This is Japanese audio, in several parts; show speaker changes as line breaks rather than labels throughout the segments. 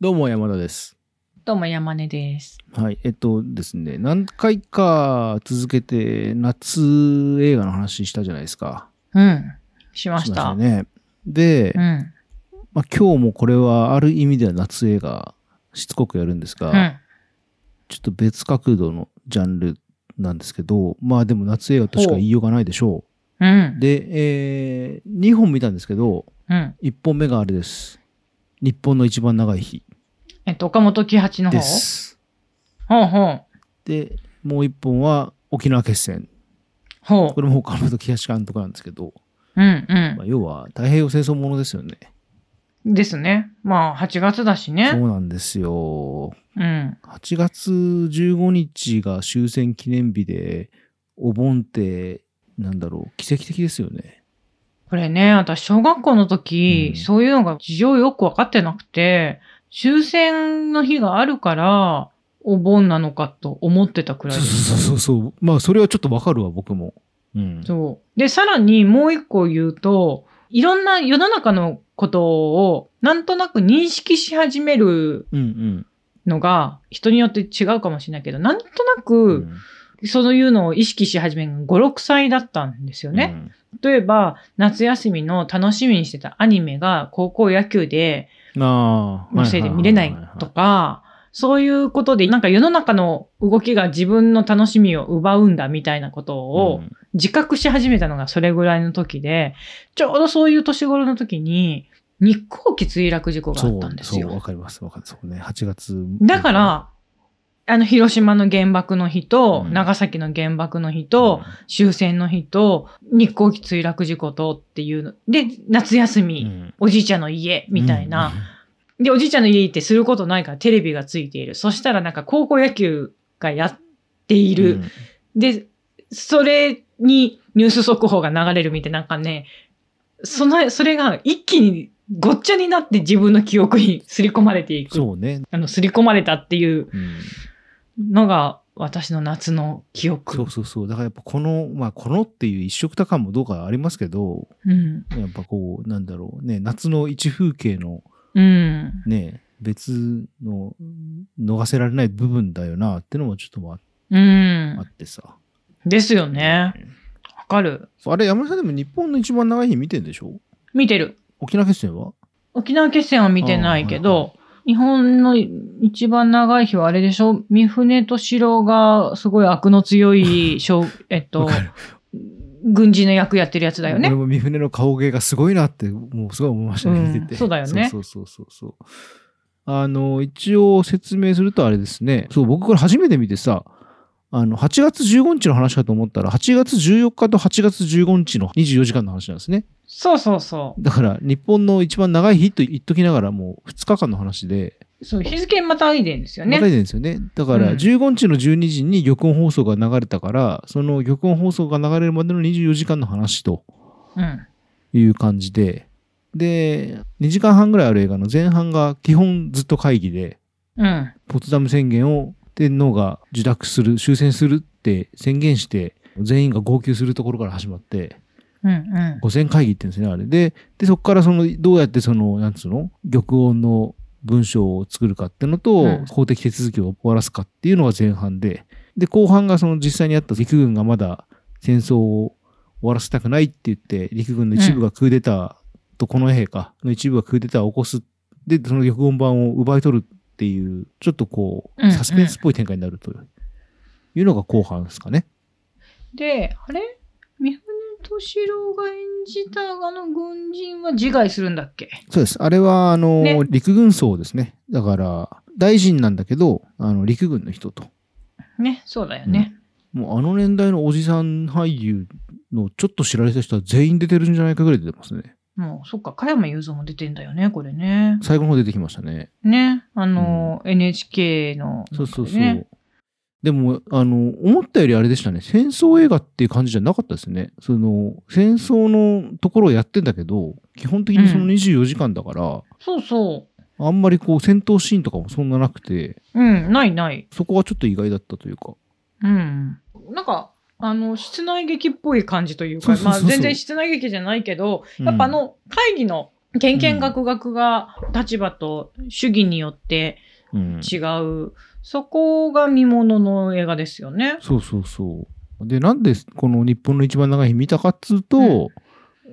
どうも山田です。
どうも山根です。
はい、えっとですね、何回か続けて夏映画の話したじゃないですか。
うん。しました。
よね。で、
うん。
まあ、今日もこれはある意味では夏映画しつこくやるんですが、
うん。
ちょっと別角度のジャンルなんですけど、まあでも夏映画としか言いようがないでしょ
う
う。。
ん
で、えー、2本見たんですけど、
うん。
1本目があれです。日本の一番長い日
えっと、岡本喜八の方
です。
ほうほう。
で、もう1本は沖縄決戦。
ほ
これも岡本喜八監督なんですけど、
う。うん
ま
う
あ、要は太平洋戦争ものですよね。
ん。ですね。まあ、8月だし
そ
ね。
うなんですよ。
うん。
8月15日が終戦記念日で、お盆って、なんだろう、奇跡的ですよね。
これね、私、小学校の時、
うん
そういうのが事情よくわかってなくて、終戦の日があるから、お盆なのかと思ってたくらい
そう
です。
そうそうそう。まあ、それはちょっとわかるわ、僕も。うん。
そう。で、さらにもう一個言うと、いろんな世の中のことを、なんとなく認識し始める
うん
のが、人によって違うかもしれないけど、なんとな
うん。
く、そういうのを意識し始めるのが5、6歳だったんですよ
う
ね。
ん。
例えば、夏休みの楽しみにしてたアニメが高校野球で、
ああ。
のせいで見れないとか、そういうことで、なんか世の中の動きが自分の楽しみを奪うんだみたいなことを、
うん
自覚し始めたのがそれぐらいの時で、ちょうどそういう年頃の時に、日航機墜落事故があったんです
そう、そう、わ
よ。
かります。わかる。そうね。8月。
だか、ら、あの、広島の原爆の日と、
うん
長崎の原爆の日と、終戦の日と、日航機墜落事故とっていうの。で、夏休
う
み、
ん、うん
おじいちゃんの家、みたいな。。で、おじいちゃんの家行ってすることないからテレビがついている。そしたらなんか高校野球がやってい
い
る。で、それにニュース速報が流れるみたいな、なんかね、その、それが一気にごっちゃになって自分の記憶に刷り込まれていく。
そうね。
あの、刷り込まれたっていう
うん
のが私の夏の記憶。
そうそうそう。だからやっぱこの、まあこのっていう一色多感もどうかありますけど、
うん。
やっぱこう、なんだろうね、夏の一風景の
うん。
ね、別の逃せられない部分だよなってのもちょっともあ
うん
あ。ってさ。
ですよね。わかる。
そうあれ、山根さんでも日本の一番長い日見てんでしょ
見てる。
沖縄決戦は
沖縄決戦は見てないけど、日本の一番長い日はあれでしょ三船敏郎がすごい悪の強い将、えっと
わか、る
軍人の役やってるやつだよ
俺
ね。
も三船の顔芸がすごいなって、もうすごい思いましたね、
うん
見てて。
そうだよね
そうそうそうそうそう。あの、一応説明するとあれですね。そう、僕これ初めて見てさ、あの、8月15日の話かと思ったら、8月14日と8月15日の24時間の話なんですね。
そうそうそ
だから、日本の一番長い日と言っときながら、もう2日間の話で、
う。そう、日付またいでんですよ
またい
ね。
でんですよね。だから、
うん
15日の12時に玉音放送が流れたから、その玉音放送が流れるまでの24時間の話と、
うん。
いう感じで、で、2時間半ぐらいある映画の前半が基本ずっと会議で、
うん。
ポツダム宣言を天皇が受諾する、終戦するって宣言して、全員が号泣するところから始まって、
うん。うん。
五千会議って言うんですね、あれ。で、で、そこからその、どうやってその、なんつうの玉音の文章を作るかっていうのと、
うん
法的手続きを終わらすかっていうのが前半で、で、後半がその実際にあった陸軍がまだ戦争を終わらせたくないって言って、陸軍の一部がクーデターとこの兵か、の一部がクーデターを起こす。で、その玉音版を奪い取るっていう、ちょっとこ
うんう
う、
ん
サスペンスっぽい展開になるという。いうのが後半ですかね。
で、あれ三船敏郎が演じたあの軍人は自害するんだっけ
そうです。あれは、あの、
ね
陸軍層ですね。だから、大臣なんだけど、あの、陸軍の人と。
ね、そうだよね。
もうあの年代のおじさん俳優のちょっと知られた人は全員出てるんじゃないかぐらい出てますね。
もう、そっか、加山雄三も出てんだよね、これね。
最後の方出てきましたね。
ね、あの、NHK の、
そうそうそう。
ね
でも、あの、思ったよりあれでしたね。戦争映画っていう感じじゃなかったですね。その、戦争のところをやってんだけど、基本的にその
うん
24時間だから、
そうそ
あんまりこう戦闘シーンとかもそんななくて、
う。うん、ないない。
そこはちょっと意外だったというか。
うん。なんか、あの、室内劇っぽい感じというか、
そうそうそうそう
まあ、全然室内劇じゃないけど、
や
やっぱあの、会議の権限学学が立場と主義によって
うん。
違う、そこが見ものの映画ですよね。
そうそうそう。で、なんでこの日本の一番長い日見たかっつうと、
うん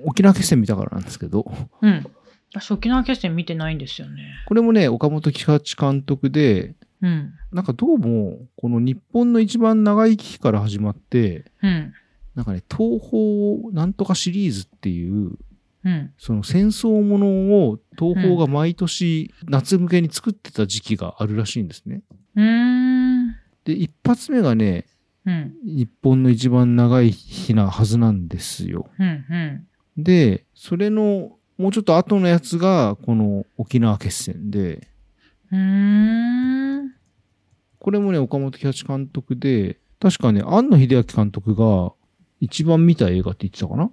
沖縄決戦見たからなんですけど、
うん。私、沖縄決戦見てないんですよね。
これもね、岡本喜八監督で、
うん。
なんかどうも、この日本の一番長い危機から始まって、
うん。
なんかね、東方なんとかシリーズっていう、
うん。
その戦争ものを東方が毎年夏向けに作ってた時期があるらしいんですね。
うーん。
で、一発目がね、
うん。
日本の一番長い日なはずなんですよ。
うん。うん。
で、それのもうちょっと後のやつが、この沖縄決戦で、
うーん。
これもね、岡本喜八監督で、確かね、庵野秀明監督が一番見た映画って言ってたかな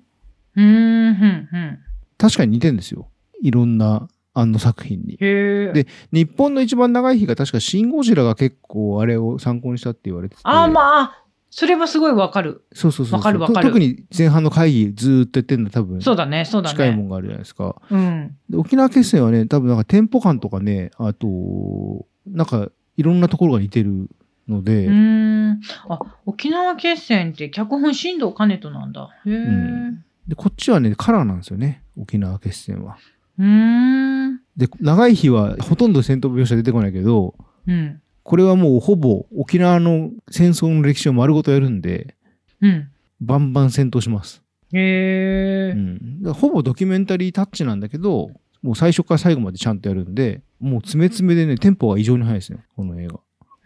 うーん。うん。
確かに似てんですよ。いろんな庵野作品に。
へえ。
で日本の一番長い日が確かシン・ゴジラが結構あれを参考にしたって言われてて。
ああ、まあ、それはすごいわかる。
そうそうそうそう。
わかるわか
と
る
特に前半の会議ずーっとやってんの多分。
そうだね、そうだね。
近いもんがあるじゃないですか。
うん。
で沖縄決戦はね、多分なんかテンポ感とかね、あと、なんかいろんなところが似てるので、
うーん。あ、沖縄決戦って脚本新藤兼人なんだ。へえ。
んで、こっちはね、カラーなんですよね。沖縄決戦は。
うーん。
で、長い日はほとんど戦闘描写出てこないけど、
うん。
これはもうほぼ沖縄の戦争の歴史を丸ごとやるんで、
うん。
バンバン戦闘します。
へえ。
うん、だからほぼドキュメンタリータッチなんだけど、もう最初から最後までちゃんとやるんで、もう詰め詰めでね、テンポが異常に速いですね、この映画。
う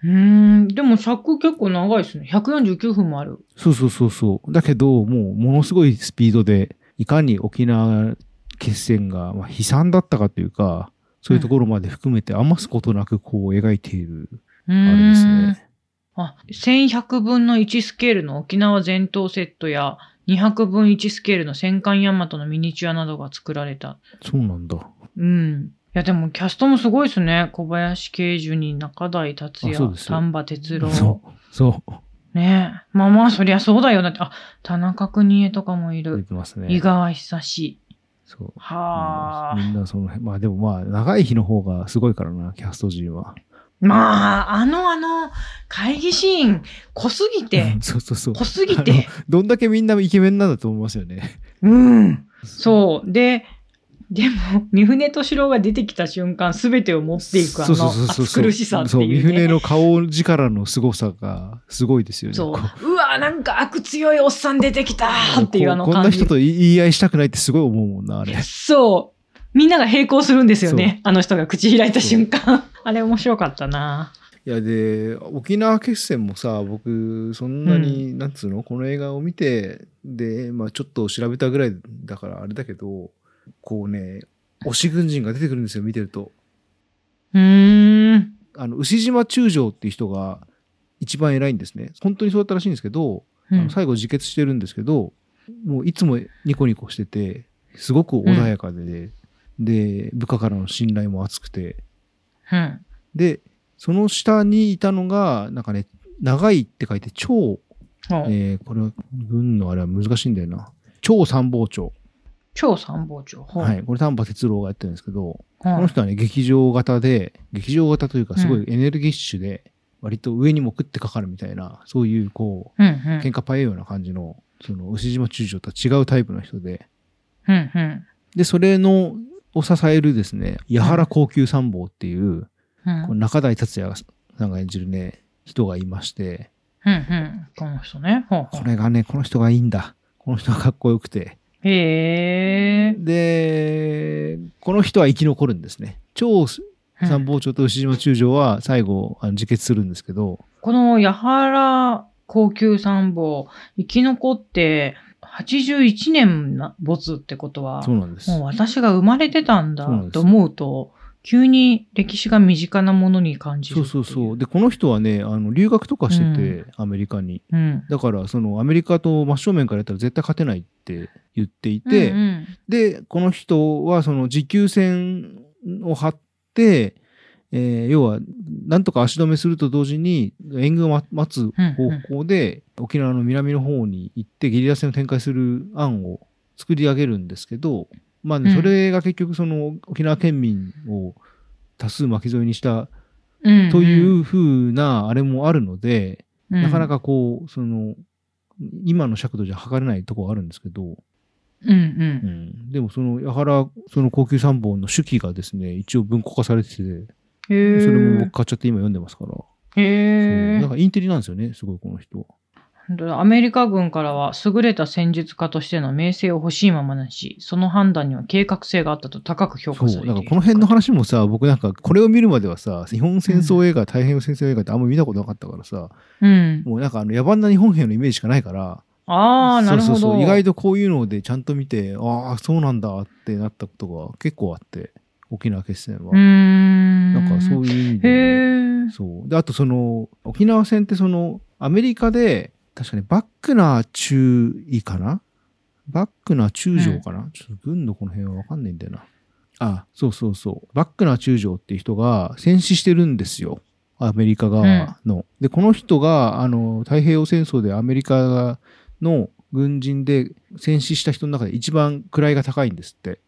ーん。でも尺結構長いですね。149分もある。
そうそうそうそう。だけど、もうものすごいスピードで、いかに沖縄決戦がまあ悲惨だったかというか、そういうところまで含めて余すことなくこう描いている、
うー
あ
ん
れですね。
あ、1100分の1スケールの沖縄全島セットや、200分1スケールの戦艦ヤマトのミニチュアなどが作られた。
そうなんだ。
うん。いや、でもキャストもすごいですね。小林慶樹に中台達
あそう
也
で、すよ
丹波哲
そ
郎。
う。そう。
ねえ。まあまあ、そりゃそうだよなって。あ、田中邦衛とかもい
出
る。
てます
井
ね。
川久志。
そう。
はあ。
みんなその辺、まあでもまあ、長い日の方がすごいからな、キャスト陣は。、
まあ、あのあの、会議シーン、濃すぎて
そうそうそう。
濃すぎて。
どんだけみんなイケメンなんだと思いますよね。
うん。 そう。で、でも、三船敏郎が出てきた瞬間、すべてを持っていく、あ
そうそ
の
うそう、そう
暑苦しさって
そう、三
いう
船
ね。
の顔力の凄さがすごいですよね。
そ
こう
う。うわ、なんか悪強いおっさん出てきたーっていうあの
ここんな
感じ
人。と言い言い合いしたくないって すごい思うもんな、あれ。
そう。みんなが並行するんですよね。あの人が口開いた瞬間。 あれ面白かったない
や、で、沖縄決戦もさ、僕、そんなに、なんつうの、この映画を見て、で、まあちょっと調べたぐらいだからあれだけど、こうね、推し軍人が出てくるんですよ、見てると。
うーん。
あの、牛島中将っていう人が一番偉いんですね。本当にそうだったらしいんですけど、あ
う
の
ん
最後自決してるんですけど、もういつもニコニコしてて、すごく穏やかで、で、部下からの信頼も厚くて、
うん。
で、その下にいたのが、なんかね、長いって書いて、超、
ほう
えーこれは軍のあれは難しいんだよな。超参謀長。
超参謀長。ほう
はい。これ丹波哲郎がやってるんですけど、
ほう
この人はね、劇場型で、劇場型というか、すご
う
いエネルギッシュで、割と上にも食ってかかるみたいな、そういう、こ
うんう
う、喧
ん。
嘩パエような感じの、その、牛島中将とは違うタイプの人で、
うんうん
で、それの、を支えるですね、矢原高級参謀っていう、
うん
この中台達也さんが演じるね、人がいまして、
うんうん。この人ね。ほうほう
これがね、この人がいいんだ。この人がかっこよくて。
へえ。
で、この人は生き残るんですね。超
うん
参謀長と牛島中将は最後、あの自決するんですけど、
この矢原高級参謀、生き残って81年な没ってことは、
そうなんです。
もう私が生まれてたんだ
そうなんです
と思うと、急に歴史が身近なものに感じ
そ
る
う
って
そ
いう
そう。。で、この人はね、あの留学とかしてて、アメリカに。
うん。
だから、そのアメリカと真正面からやったら絶対勝てないって言っていて、
うんうん
で、この人はその持久戦を張って、えー要は、なんとか足止めすると同時に、援軍をま待つ方向で、沖縄の南の方に行ってゲリラ戦を展開する案を作り上げるんですけど、まあね、
うん
それが結局その沖縄県民を多数巻き添えにした
うん
というふうなあれもあるので、
うん
なかなかこう、その、今の尺度じゃ測れないとこはあるんですけど、
うんう
うんん、でもその、やはら、その高級三本の手記がですね、一応文庫化されてて、
へ
そ
ー
れも僕買っちゃって今読んでますから、
へ
そう
ー
なんかインテリなんですよね、すごいこの人は。
本当だアメリカ軍からは優れた戦術家としての名声を欲しいままなし、その判断には計画性があったと高く評
そ
価
う、
されてい
な
る。
んかこの辺の話もさ、僕なんかこれを見るまではさ、日本戦争映画、太平洋戦争映画ってあんま見たことなかったからさ、
うん。
もうなんかあの野蛮な日本兵のイメージしかないから、
ああ、なるほど。
そうそうそう意外とこういうのでちゃんと見て、ああ、そうなんだってなったことが結構あって、沖縄決戦は。
うーん。
なんかそういう意味でも、
へえ。
そう。で、あとその、沖縄戦ってその、アメリカで、確かにバックナー中尉かなバックナー中将かな、ちょっと軍のこの辺はわかんないんだよな。あ、そうそうそう。バックナー中将っていう人が戦死してるんですよ。アメリカ側の。で、この人が、あの、太平洋戦争でアメリカの軍人で戦死した人の中で一番位が高いんですって。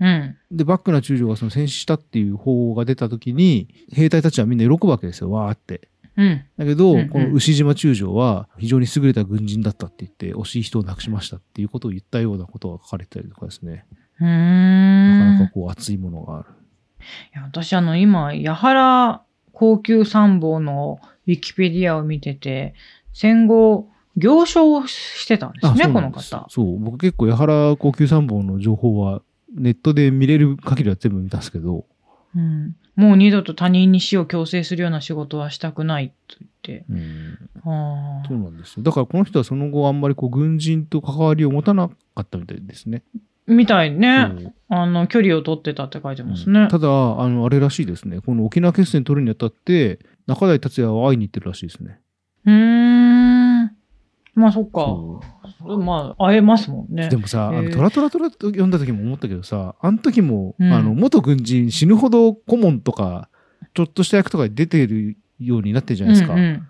うん。
で、バックな中将がその戦死したっていう報が出た時に、兵隊たちはみんな喜ぶわけですよ、わーって。
うん。
だけど、
うんうん
この牛島中将は非常に優れた軍人だったって言って、惜しい人を亡くしましたっていうことを言ったようなことが書かれてたりとかですね。
うー。
なんかなかこう熱いものがある。
いや私あの今、矢原高級参謀のウィキペディアを見てて、戦後、行商をしてたんですね、
そうな
この
んです
方。
そう、僕結構、矢原高級参謀の情報は、ネットで見れる限りは全部見たんですけど、
うん。もう二度と他人に死を強制するような仕事はしたくないと言って。
うん、
あ
そうなんですよ。だからこの人はその後あんまりこう軍人と関わりを持たなかったみたいですね。
あ。みたいね。
そう
あの、距離を取ってたって書いてます
う
ね
ん。ただあの、あれらしいですね。この沖縄決戦取るにあたって、中台達也は会いに行ってるらしいですね。
うーん。まあそっか。
そ
まあ、会えますもんね
うで。もさ、あ
へ
の
え
トラトラトラと読んだ時も思ったけどさ、あの時も、
うん
あの元軍人死ぬほど顧問とか、ちょっとした役とかで出てるようになってるじゃないですか。
うんうん。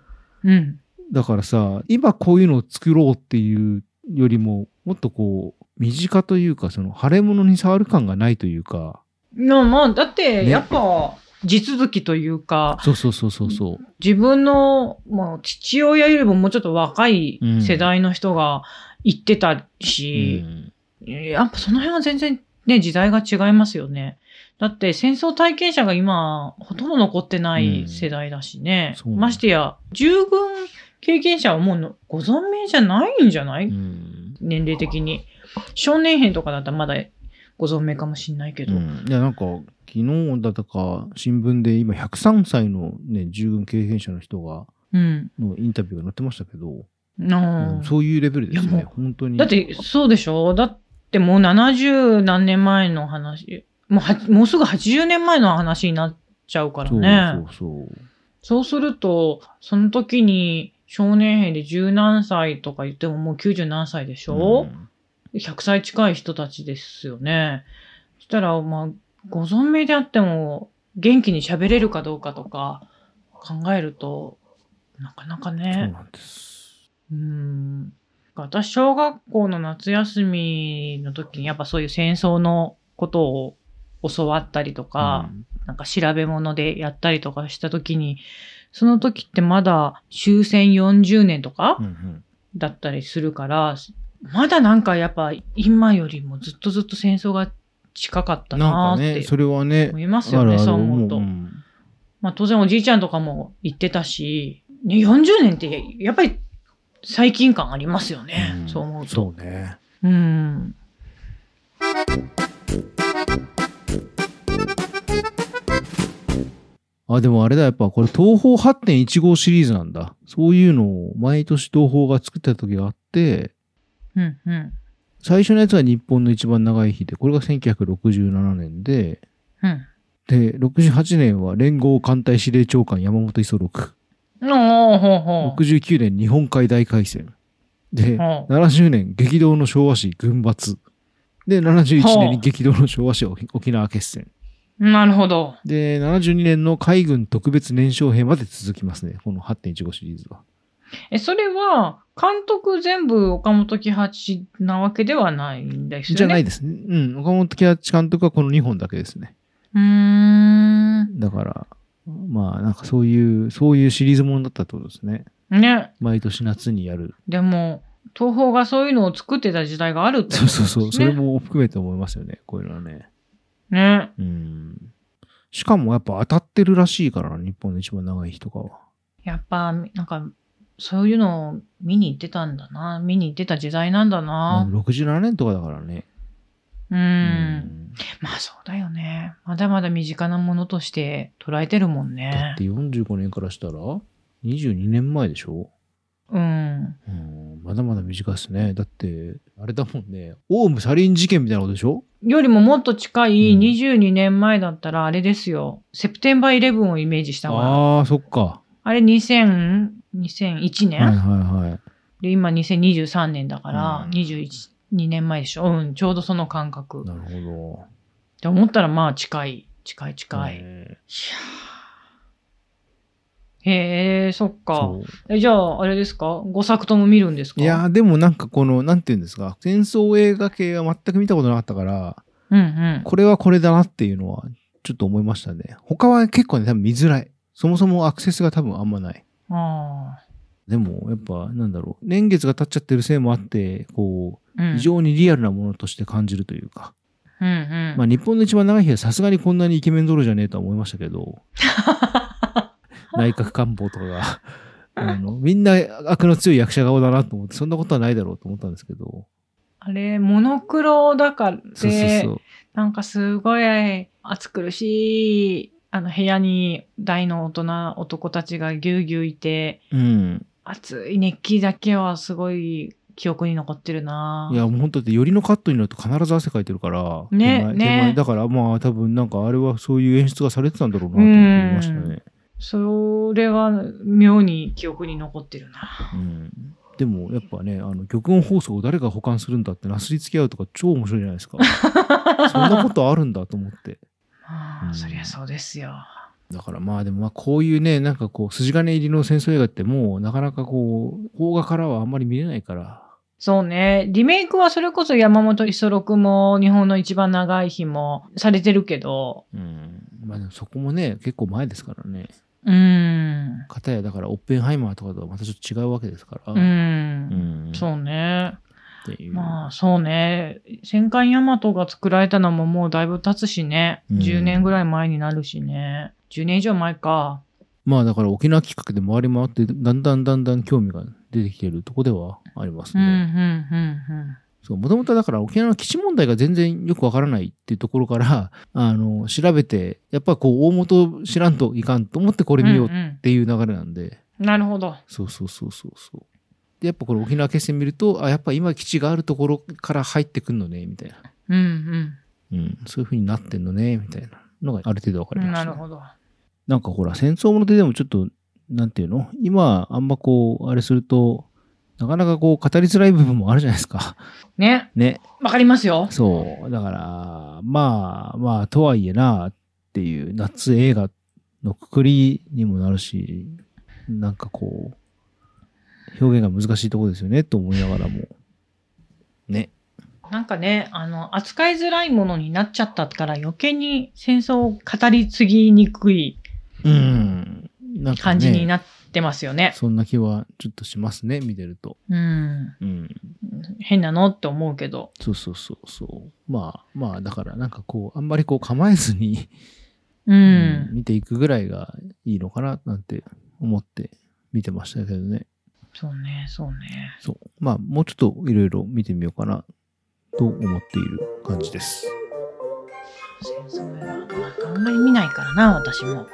うん。
だからさ、今こういうのを作ろうっていうよりも、もっとこう、身近というか、その、腫れ物に触る感がないというか、
なまあ、だって、
ね
やっぱ、地続きというか、
そうそうそうそうそう。
自分の、まあ、父親よりももうちょっと若い世代の人が行ってたし、
うん
やっぱその辺は全然ね、時代が違いますよね。だって戦争体験者が今、ほとんど残ってな
うん
い世代だしね。
そう
ましてや、従軍経験者はもうのご存命じゃないんじゃない、
うん
年齢的に。少年編とかだったらまだご存命かもしんないけど。
うん、いやなんか昨日だとか新聞で今103歳の、ね、従軍経験者の人が
うん。
のインタビューが載ってましたけど、
なあ
うんそういうレベルです
いや
ね
も
本当に
だって、そうでしょだってもう70何年前の話、もうはもうすぐ80年前の話になっちゃうから
そう
ね。そう
そうそう
すると、その時に少年兵で十何歳とか言ってももう90何歳でしょ、
うん
100歳近い人たちですよね。そしたら、まあ、ご存命であっても、元気に喋れるかどうかとか、考えると、なかなか
そう
ね。
なんです
うーん。私、小学校の夏休みの時に、やっぱそういう戦争のことを教わったりとか、なんか調べ物でやったりとかした時に、その時ってまだ終戦40年とか、
うんうん
だったりするから、まだなんかやっぱ今よりもずっとずっと戦争が近かった
うん、な
なん
か
ー
ね
っ
そ
て
れはね
思いますよね、そう思うと。
ん
まあ当然おじいちゃんとかも言ってたし、ね、40年ってやっぱり最近感ありますよね、
ん
そう思うと。
そうね
うん。
あでもあれだやっぱこれ東宝8.15シリーズなんだそういうのを毎年東宝が作ってた時があって
うんうん。
最初のやつは日本の一番長い日でこれが1967年で
うん。
で、68年は連合艦隊司令長官山本五十六。
おーほうほう。
69年日本海大海戦。で、
ほう
70年激動の昭和史軍閥。で、71年に激動の昭和史沖沖縄決戦。
なるほど。
で、72年の海軍特別年少兵まで続きますね。この8.15シリーズは。
え、それは、監督全部岡本喜八なわけではないんですよね。
じゃないですね。うん。岡本喜八監督はこの2本だけですね。
うーん。
だから、まあ、なんかそういう、そういうシリーズものだったってことですね。
ね。
毎年夏にやる。
でも、東宝がそういうのを作ってた時代があるってこと
そう
です
そ
ね。
うそう。それも含めて思いますよね。こういうのはね。
ね。
うん。しかもやっぱ当たってるらしいからな、日本の一番長い日とかは。
やっぱ、なんか、そういうのを見に行ってたんだな。見に行ってた時代なんだ
まあ
な。
67年とかだからね。
うん。
う。
まあそうだよね。まだまだ身近なものとして捉えてるもん
だっ
ね
て。45年からしたら、22年前でしょ
うん。
うん、まだまだ短いですね。だって、あれだもんね。オウムサリン事件みたいなことでしょ
よりももっと近い
うん
22年前だったらあれですよ。セプテンバー11をイメージしたから。あ
ああー、そっか。
れ2000、2001
はいはい
年、
はい。
で、今2023年だから
う、ん
21、2年前でしょ。うん、ちょうどその感覚。っ
なるほ
て思ったらまあ近い、近い
ど。
近い。
ね
へえ、そっか。
そう
え、じゃあ、あれですか ?5 作とも見るんですか
いや、ーでもなんかこの、なんていうんですか、戦争映画系は全く見たことなかったから、
うんうん。
これはこれだなっていうのは、ちょっと思いましたね。他は結構ね、多分見づらい。そもそもアクセスが多分あんまない。
あ
でも、やっぱ、なんだろう。年月が経っちゃってるせいもあって、こ
あ。う
う、
ん。
非常にリアルなものとして感じるというか。
うんうん。
まあ、日本の一番長い日はさすがにこんなにイケメン揃いじゃねえとは思いましたけ ど、内閣官房とかが、 あの、みんな悪の強い役者顔だなと思って、そんなことはないだろうと思ったんですけど、
あれ、モノクロだからで、
そうそうそう。
なんかすごい暑苦しい、あの部屋に大の大人、男たちがぎゅうぎゅういて、
うん。
暑い熱気だけはすごい記憶に残ってるない
や、もう本当だって、よりのカットになると必ず汗かいてるから、
ね
手前
ね
手前だから、まあ、多分なんかあれはそういう演出がされてたんだろうなと思いましたね。
それは妙に記憶に残ってるな
うん。でも、やっぱね、あの、玉音放送を誰が保管するんだってなすりつけ合うとか超面白いじゃないです か。そんなことあるんだと思って。
あ
う
あ、
ん
そりゃそうですよ。
だからまあでもまあこういうね、なんかこう筋金入りの戦争映画ってもうなかなかこう、邦画からはあんまり見れないから。
そうね。リメイクはそれこそ山本五十六も日本の一番長い日もされてるけど、
うん。まあでもそこもね、結構前ですからね。
うーん。
かたやだからオッペンハイマーとかとはまたちょっと違うわけですから。
う。
うんん。
そうね。
っていう。
まあそうね。戦艦ヤマトが作られたのももうだいぶ経つしね。
うん
10年ぐらい前になるしね。10年以上前か。
まあだから沖縄きっかけで回り回って、だんだんだんだん興味が出てきてるとこではあります
うん、
ね。
うん、うん、
そう、もともとだから沖縄の基地問題が全然よくわからないっていうところから、 あの、調べて、やっぱこう大元知らんといかんと思ってこ
う
れ
ん。
見ようっ
うんうん
ていう流れなんで。
なるほど。
そうそうそうそうそう。で、やっぱこれ沖縄決戦見ると、あ、やっぱ今基地があるところから入ってくんのね、みたいな。
うん、
うん、そういう風になってんのね、みたいなのがある程度わか
う
り
ん。
ました、ね。
なるほど。
なんかほら、戦争ものででもちょっと、なんていうの今、あんまこう、あれすると、なかなかこう、語りづらい部分もあるじゃないですか。
ね。
ね。
わかりますよ。
そう。だから、まあ、まあ、とはいえな、っていう、夏映画のくくりにもなるし、なんかこう、表現が難しいところですよね、と思いながらも。ね。
なんかね、あの、扱いづらいものになっちゃったから余計に戦争を語り継ぎにくい
うん。なんかね
感じになってますよね。
そんな気はちょっとしますね、見てると。
うん。
うん。
変なのって思うけど。
そうそうそうそう。まあまあ、だからなんかこう、あんまりこう構えずに、う
う。
ん見ていくぐらいがいいのかな、なんて思って見てましたけどね。
そうね、そうね。
そう。まあ、もうちょっといろいろ見てみようかな、と思っている感じです。
戦争映画なんかあんまり見ないからな、私も。
うん